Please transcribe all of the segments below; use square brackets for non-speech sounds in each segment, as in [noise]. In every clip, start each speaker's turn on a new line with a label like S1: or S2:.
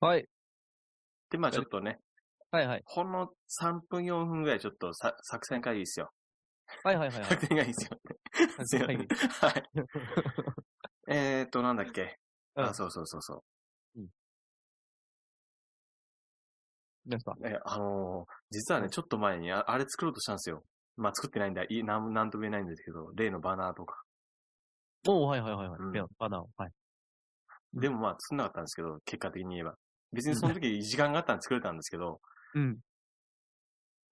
S1: はい。
S2: で、まあちょっとね、
S1: はいはい。
S2: ほんの3分、4分ぐらいちょっとさ作戦会議ですよ。
S1: はいはいはい
S2: [laughs]
S1: はい。
S2: 作戦会議ですよ。すいません
S1: はい
S2: はい。 [laughs] えーっと、なんだっけ。
S1: うん
S2: あ、そうそうそうそう。
S1: 何ですか
S2: え、あのー実はね、ちょっと前にああれ作ろうとしたんですよ。まあ、作ってないんだ。いなん、なんとも言えないんですけど、例のバナーとか。
S1: おーはいはいはいはい。
S2: うん
S1: ではバナーを。はい。うん
S2: でもまあ、作んなかったんですけど、結果的に言えば。別にその時時間があったんで作れたんですけど、
S1: うん。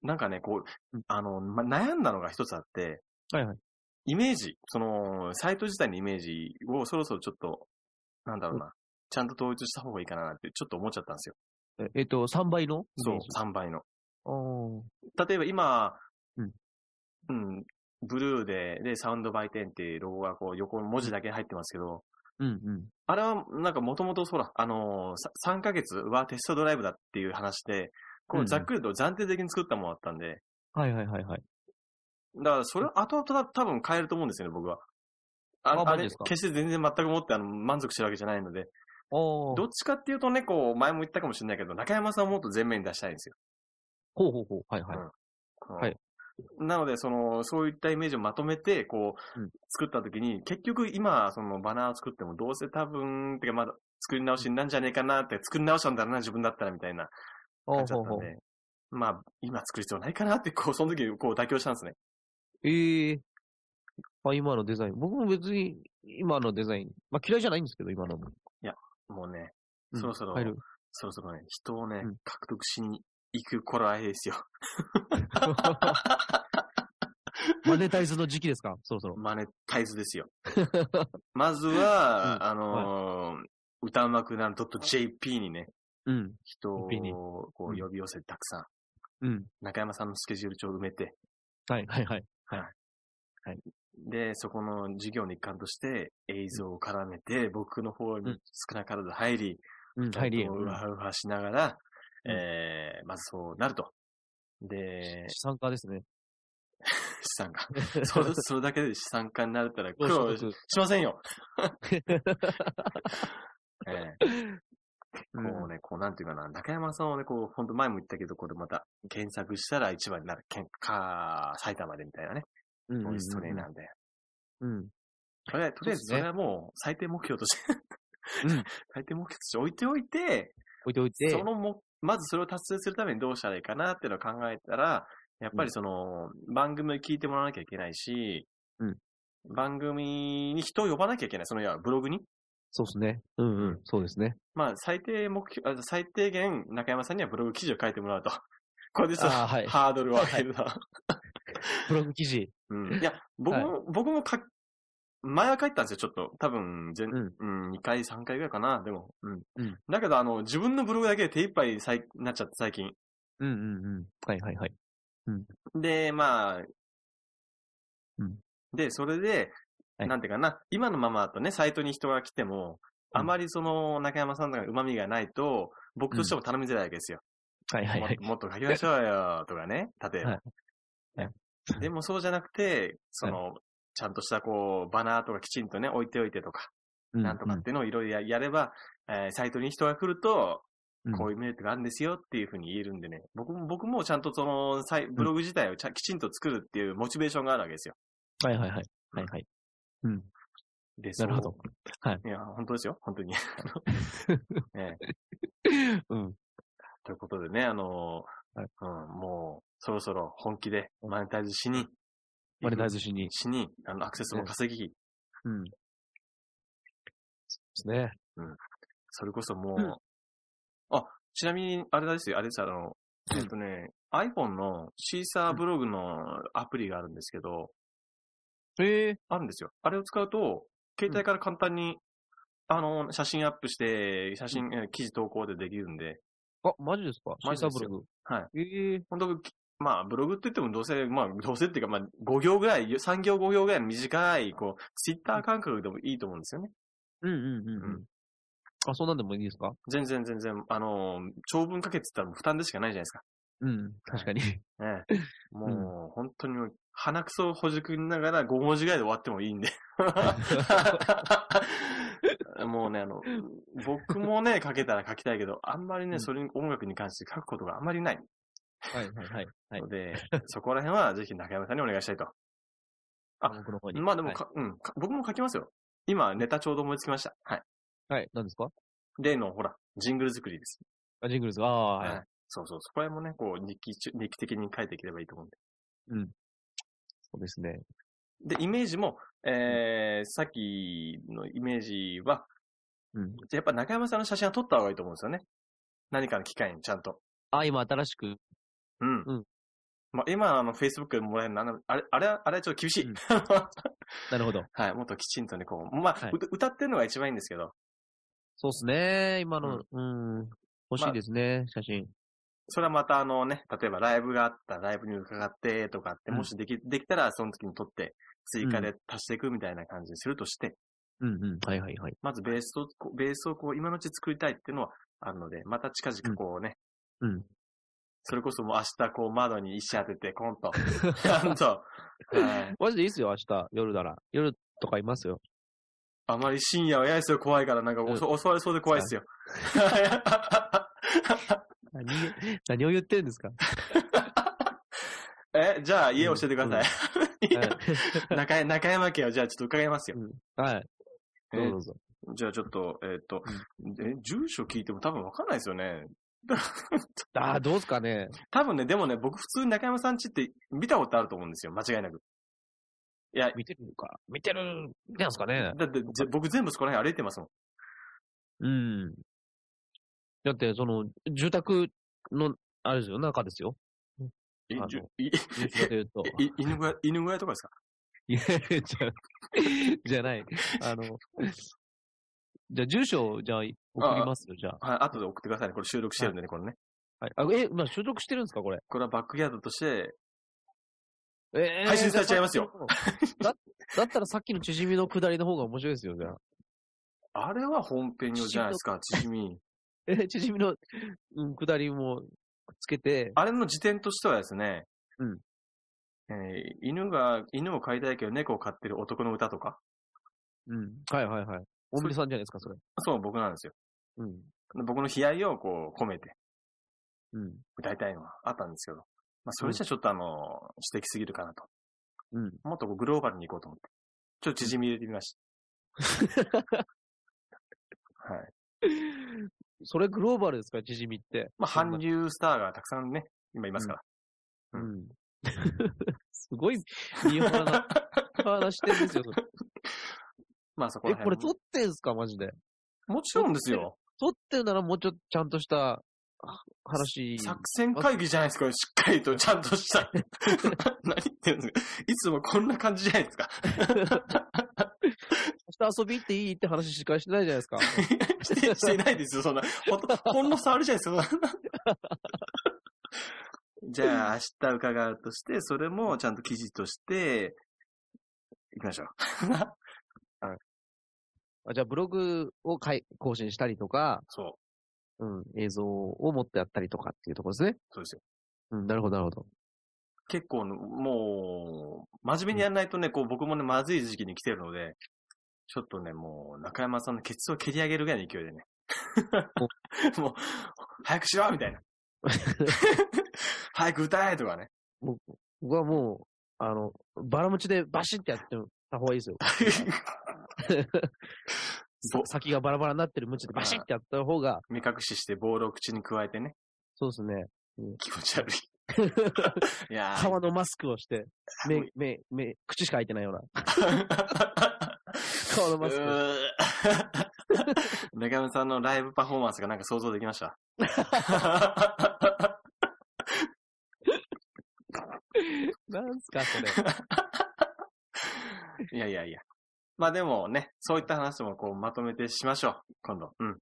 S2: なんかね、こ
S1: う、
S2: うんあの、ま、悩んだのが一つあって、
S1: はいはい。
S2: イメージ、その、サイト自体のイメージをそろそろちょっと、なんだろうな、ちゃんと統一した方がいいかなって、ちょっと思っちゃったんですよ。
S1: ええっと、3倍の
S2: そう
S1: イメージ、
S2: 3倍の。
S1: おー
S2: 例えば今、
S1: うん
S2: うん、ブルーで、で、サウンド売店っていうロゴがこう横に文字だけ入ってますけど、
S1: うんうん。
S2: あれはなんかもともとそら、あのー、3ヶ月はテストドライブだっていう話で、
S1: うん
S2: こ
S1: う
S2: うんざっくりと暫定的に作ったものだったんで、
S1: はいはいはいはい。
S2: だからそれを後々多分変えると思うんですよね、僕は。あ
S1: あ
S2: あ
S1: マジ
S2: れ
S1: ですか
S2: 決して全然全くもってあの満足してるわけじゃないので、
S1: おー
S2: どっちかっていうとね、こう、前も言ったかもしれないけど、中山さんをもっと前面に出したいんですよ。
S1: ほうほうほう。はいはい。
S2: うんこの
S1: はい
S2: なので、その、そういったイメージをまとめて、こう、
S1: うん
S2: 作った時に、結局今、そのバナーを作っても、どうせ多分、てかまだ作り直しになんじゃねえかなって、作り直したんだろうな、自分だったらみたいな
S1: お
S2: 感
S1: ー
S2: じだ
S1: ほ
S2: っ
S1: う
S2: た
S1: ほ
S2: ん
S1: う
S2: で、まあ、今作る必要ないかなって、こう、その時、こう、妥協したんですね。
S1: ええあ、今のデザイン。僕も別に今のデザイン。まあ嫌いじゃないんですけど、今のも。
S2: もうね、
S1: うん
S2: そろそろ [laughs]
S1: 入る
S2: そろそろね、人をね、
S1: うん
S2: 獲得しに行く頃合いですよ。
S1: マネタイズの時期ですかそろそろ。
S2: マネタイズで
S1: [laughs]
S2: すよ。まずは、
S1: うん
S2: あのー歌うまくなん .jp にね、
S1: うん。
S2: 人を
S1: JP に
S2: こ
S1: う
S2: うん呼び寄せてたくさん、
S1: うん。
S2: 中山さんのスケジュール帳を埋めて、
S1: はいはいはい。
S2: で、そこの授業の一環として映像を絡めて、僕の方に少なからず入り、
S1: うん。入り。
S2: ちょっと
S1: う
S2: うんわうわしながら、
S1: うん
S2: えー、まずそうなると。で、
S1: 資産家ですね。
S2: 資産が。
S1: [laughs]
S2: それそれだけで資産家になれたら苦
S1: ご所
S2: 労
S1: 得
S2: しません
S1: [laughs]
S2: よ。ええこうね、こうなんていうかな、中山さんをね、こう、ほんと前も言ったけど、これまた検索したら一番になる、けんか、埼玉でみたいなね、
S1: うんうんうん
S2: ボイストレーナーで。
S1: うん。
S2: とりあえず、とりあ
S1: そうで
S2: えず
S1: す
S2: そ
S1: ね
S2: れはもう最低目標として、
S1: うん
S2: [laughs] 最低目標として置いておいて、
S1: 置いておいて。
S2: そのも、まずそれを達成するためにどうしたらいいかなっていうのを考えたら、やっぱりその、番組を聞いてもらわなきゃいけないし、
S1: うん
S2: 番組に人を呼ばなきゃいけない。その、いや、ブログに。
S1: そうですね。うんうん。そうですね。
S2: まあ、最低目標、あ最低限、中山さんにはブログ記事を書いてもらうと。 [laughs] これでちょっと
S1: あーはい
S2: [laughs] ハードルを上げるな。
S1: ブログ記事。
S2: うん。いや、僕も、僕もか、前は書いてたんですよ、ちょっと。多分、全、
S1: うん
S2: うん、2回、3回ぐらいかな、でも。うん。
S1: うん
S2: だけど、あの、自分のブログだけで手一杯さいなっちゃって、最近。
S1: うんうんうん。はいはいはい。
S2: で、まあ、
S1: うん
S2: で、それで、
S1: はい
S2: なんていうかな、今のままだとね、サイトに人が来ても、
S1: うん
S2: あまりその、中山さんとかの旨味がないと、僕としても頼みづらいわけですよ。
S1: はいはいはい。
S2: もっともっと書きましょうよ、とかね、例えば。
S1: はいはい
S2: [laughs] でもそうじゃなくて、その、ちゃんとしたこう、バナーとかきちんとね、置いておいてとか、なんとかっていうのをいろいろややれば、えーサイトに人が来ると
S1: うん、
S2: こういうメリットがあるんですよっていうふうに言えるんでね、僕も、僕もちゃんとその、サイブログ自体をちゃきちんと作るっていうモチベーションがあるわけですよ。
S1: うんはいはいはい。はいはい。うん。
S2: で、
S1: なるほど
S2: そ。
S1: [laughs]
S2: う。いや、本当ですよ、本当に。 [laughs] あのね
S1: うん。
S2: ということでね、あのー
S1: はい
S2: うん、もう、そろそろ本気でマネタイズしに、
S1: マネタイズしに。
S2: しに、あの、アクセスも稼ぎ、
S1: うん。そうですね。
S2: それこそも
S1: う
S2: う、
S1: ん
S2: あ、ちなみに、あれですよ、あれです、あの、えっとね、iPhone のシーサーブログのアプリがあるんですけど、
S1: ええ
S2: あるんですよ。あれを使うと、携帯から簡単に、あの、写真アップして、写真、え記事投稿でできるんで、
S1: あ、マジですかシ
S2: マ
S1: ー
S2: ジ
S1: サ
S2: で
S1: ー
S2: すよ
S1: ブログ。。
S2: はい
S1: ええ
S2: 本当きまあ、ブログって言ってもどうせ、まあ、どうせっていうか、まあ、5行ぐらい、3行5行ぐらいの短い、こう、ツイッター感覚でもいいと思うんですよね。
S1: うんうんうんう
S2: うん
S1: ん。あ、そんなんでもいいですか
S2: 全然全然、あの、長文書けって言ったら負担でしかないじゃないですか。
S1: うん。確か [laughs] に。
S2: ねえ、もう、本当にもう、鼻くそをほじくりながら5文字ぐらいで終わってもいいんで。もうね、あの、僕もね、書けたら書きたいけど、あんまり
S1: う
S2: ね、
S1: ん
S2: それに音楽に関して書くことがあんまりない
S1: はいはいはい。はい
S2: ので、そこら辺はぜひ中山さんにお願いしたいと。あ
S1: 僕の方に。
S2: まあでも
S1: はい、
S2: か、うん、か僕も書きますよ。今、ネタちょうど思いつきました。はい。
S1: はい。何ですか
S2: 例の、ほら、ジングル作りです。
S1: あ、ジングルズ。ああ、はい。
S2: そうそう、そこら辺もね、こう、日記中、日記的に書いていければいいと思うんで。
S1: そうですね。
S2: で、イメージも、えー、さっきのイメージは、
S1: うん。
S2: やっぱ中山さんの写真は撮った方がいいと思うんですよね。何かの機会にちゃんと。
S1: あ、今新しく。
S2: うん。
S1: うん
S2: まあ、今、あの、Facebook でもらえるのあのあれ、あれは、あれはちょっと厳しい。
S1: うんなるほど。
S2: [laughs] はい、もっときちんとね、こう、まあ、
S1: はいう
S2: た歌ってるのが一番いいんですけど、
S1: そうですね。今の、うん、欲しいですね、写真。
S2: それはまたあのね、例えばライブがあったらライブに伺ってとかって、
S1: うん
S2: もしでき、できたらその時に撮って、追加で足していくみたいな感じにするとして、
S1: うんうん。はいはいはい。
S2: まずベースを、こうベースをこう今のうち作りたいっていうのはあるので、また近々こうね、
S1: うん。
S2: それこそもう明日こう窓に石当てて、コ
S1: [laughs]
S2: ンと、ちゃんと、はい
S1: マジでいいっすよ、明日、夜なら。夜とかいますよ。
S2: あまり深夜は嫌ですよ、怖いから、なんか襲襲われそうで怖いですよ。
S1: 何、 [laughs] 何を言ってるん [laughs] ですか
S2: [laughs] え、じゃあ家教えてください。
S1: は
S2: 中山中山家をじゃあちょっと伺いますよ。
S1: い。はい。
S2: え
S1: どうぞどうぞ。
S2: じゃあちょっと、えーっ、と、え、住所聞いても多分わかんないですよね。
S1: ああ、どうすかね。
S2: 多分ね、でもね、僕普通に中山さん家って見たことあると思うんですよ、間違いなく。いや、
S1: 見てるのか。見てる、なんすかね。
S2: だってぜ僕全部そこら辺歩いてますもん。
S1: うん。だって、その、住宅の、あれですよ、中ですよ。
S2: え
S1: あの
S2: じゅい
S1: 住所で言う [laughs] と。
S2: い犬小屋、犬小屋とかです [laughs] か
S1: いや、じゃ、じゃない。あの、じゃあ住所を、じゃあ、送りますよ、じゃあ。
S2: はい、後で送ってくださいね。これ収録してるんでね、これね。
S1: はい、あえ、今、所属してるんですか、これ。
S2: これはバックヤードとして、
S1: えー
S2: 配信されちゃいますよ。
S1: だ [laughs] だったらさっきの縮みの下りの方が面白いですよ、じゃあ。
S2: あれは本編用じゃないですか、チヂミ。
S1: え、縮みの、うん、下りもつけて、
S2: あれの時点としてはですね、
S1: うん
S2: えー犬が、犬を飼いたいけど猫を飼ってる男の歌とか、
S1: うん。はいはいはい。大森さんじゃないですか、それ。
S2: そう僕なんですよ。
S1: うん。
S2: 僕の悲哀をこう込めて
S1: うん。
S2: 歌いたいのはあったんですけど、まあ、それじゃちょっとあの、指摘すぎるかなと。
S1: うん。
S2: もっとこうグローバルに行こうと思って。ちょっと縮み入れてみま
S1: [laughs]
S2: した。はい。
S1: それグローバルですか、縮みって。
S2: まあ、韓流スターがたくさんね、今いますから。
S1: う
S2: うん
S1: ん。 [laughs] すごい、いい話な、話してるんですよ、それ。
S2: [laughs] まあ、 [laughs] そこ
S1: え、
S2: ら
S1: これ
S2: 辺
S1: 撮っ
S2: も。
S1: てんすか、マジで。
S2: もちろんですよ。
S1: 撮ってるならもうちょっとちゃんとしたは話。
S2: 作戦会議じゃないですか。しっかりとちゃんとした。何言ってるんですか。いつもこんな感じじゃないですか。
S1: 明日遊び行っていいって話しかしてないじゃないですか。
S2: してしていないですよ、そんな。ほんと、ほんの触りじゃないですか。 [laughs] じゃあ、明日伺うとして、それもちゃんと記事として、行きましょう。
S1: あじゃあブログをかい更新したりとか、
S2: そう。
S1: うん、映像を持ってやったりとかっていうところですね。
S2: そうですよ。
S1: うん、なるほど、なるほど。
S2: 結構の、もう、真面目にやらないとね、こう、僕もね、まずい時期に来てるので、ちょっとね、もう、中山さんのケツを蹴り上げるぐらいの勢いでね。 [laughs] もう、早くしろみたいな。早く歌えとかね。
S1: 僕はもう、あの、バラムチでバシッてやってた方がいいですよ。さ
S2: ぼ
S1: 先がバラバラになってるムチでバシッてやった方が、
S2: 目隠ししてボールを口に加えてね、
S1: そうです
S2: [laughs]
S1: ね。
S2: 気持ち悪い。いやー
S1: 革のマスクをして、目、目、目、口しか開いてないような。革の
S2: う
S1: マスクをして。
S2: ー中山さんのライブパフォーマンスがなんか想像できました。
S1: なんすか、それ。
S2: いやいやいや。まあでもね、そういった話もこうまとめてしましょう。今度。うん。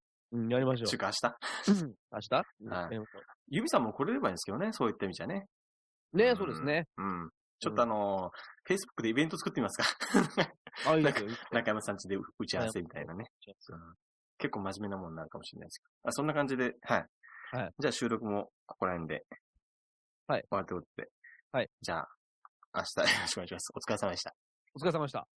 S1: うん、やりましょう
S2: 中。華明日。
S1: うん明日
S2: はい
S1: やりましょ
S2: ユミさんも来れればいいんですけどね。そういった意味じゃね。
S1: うね、そうですね。
S2: うん。ちょっとあのー、Facebook でイベント作ってみますか。 [laughs]
S1: あ、いいですよ。いいですよ
S2: 中山さん家で打ち合わせみたいなね。うん結構真面目なものになるかもしれないですけど。あそんな感じで、はい。
S1: はい
S2: じゃあ収録もここら辺で。
S1: はい
S2: 終わってことで。
S1: はい。
S2: じゃあ、明日よろしくお願いします。お疲れ様でした。
S1: お疲れ様でした。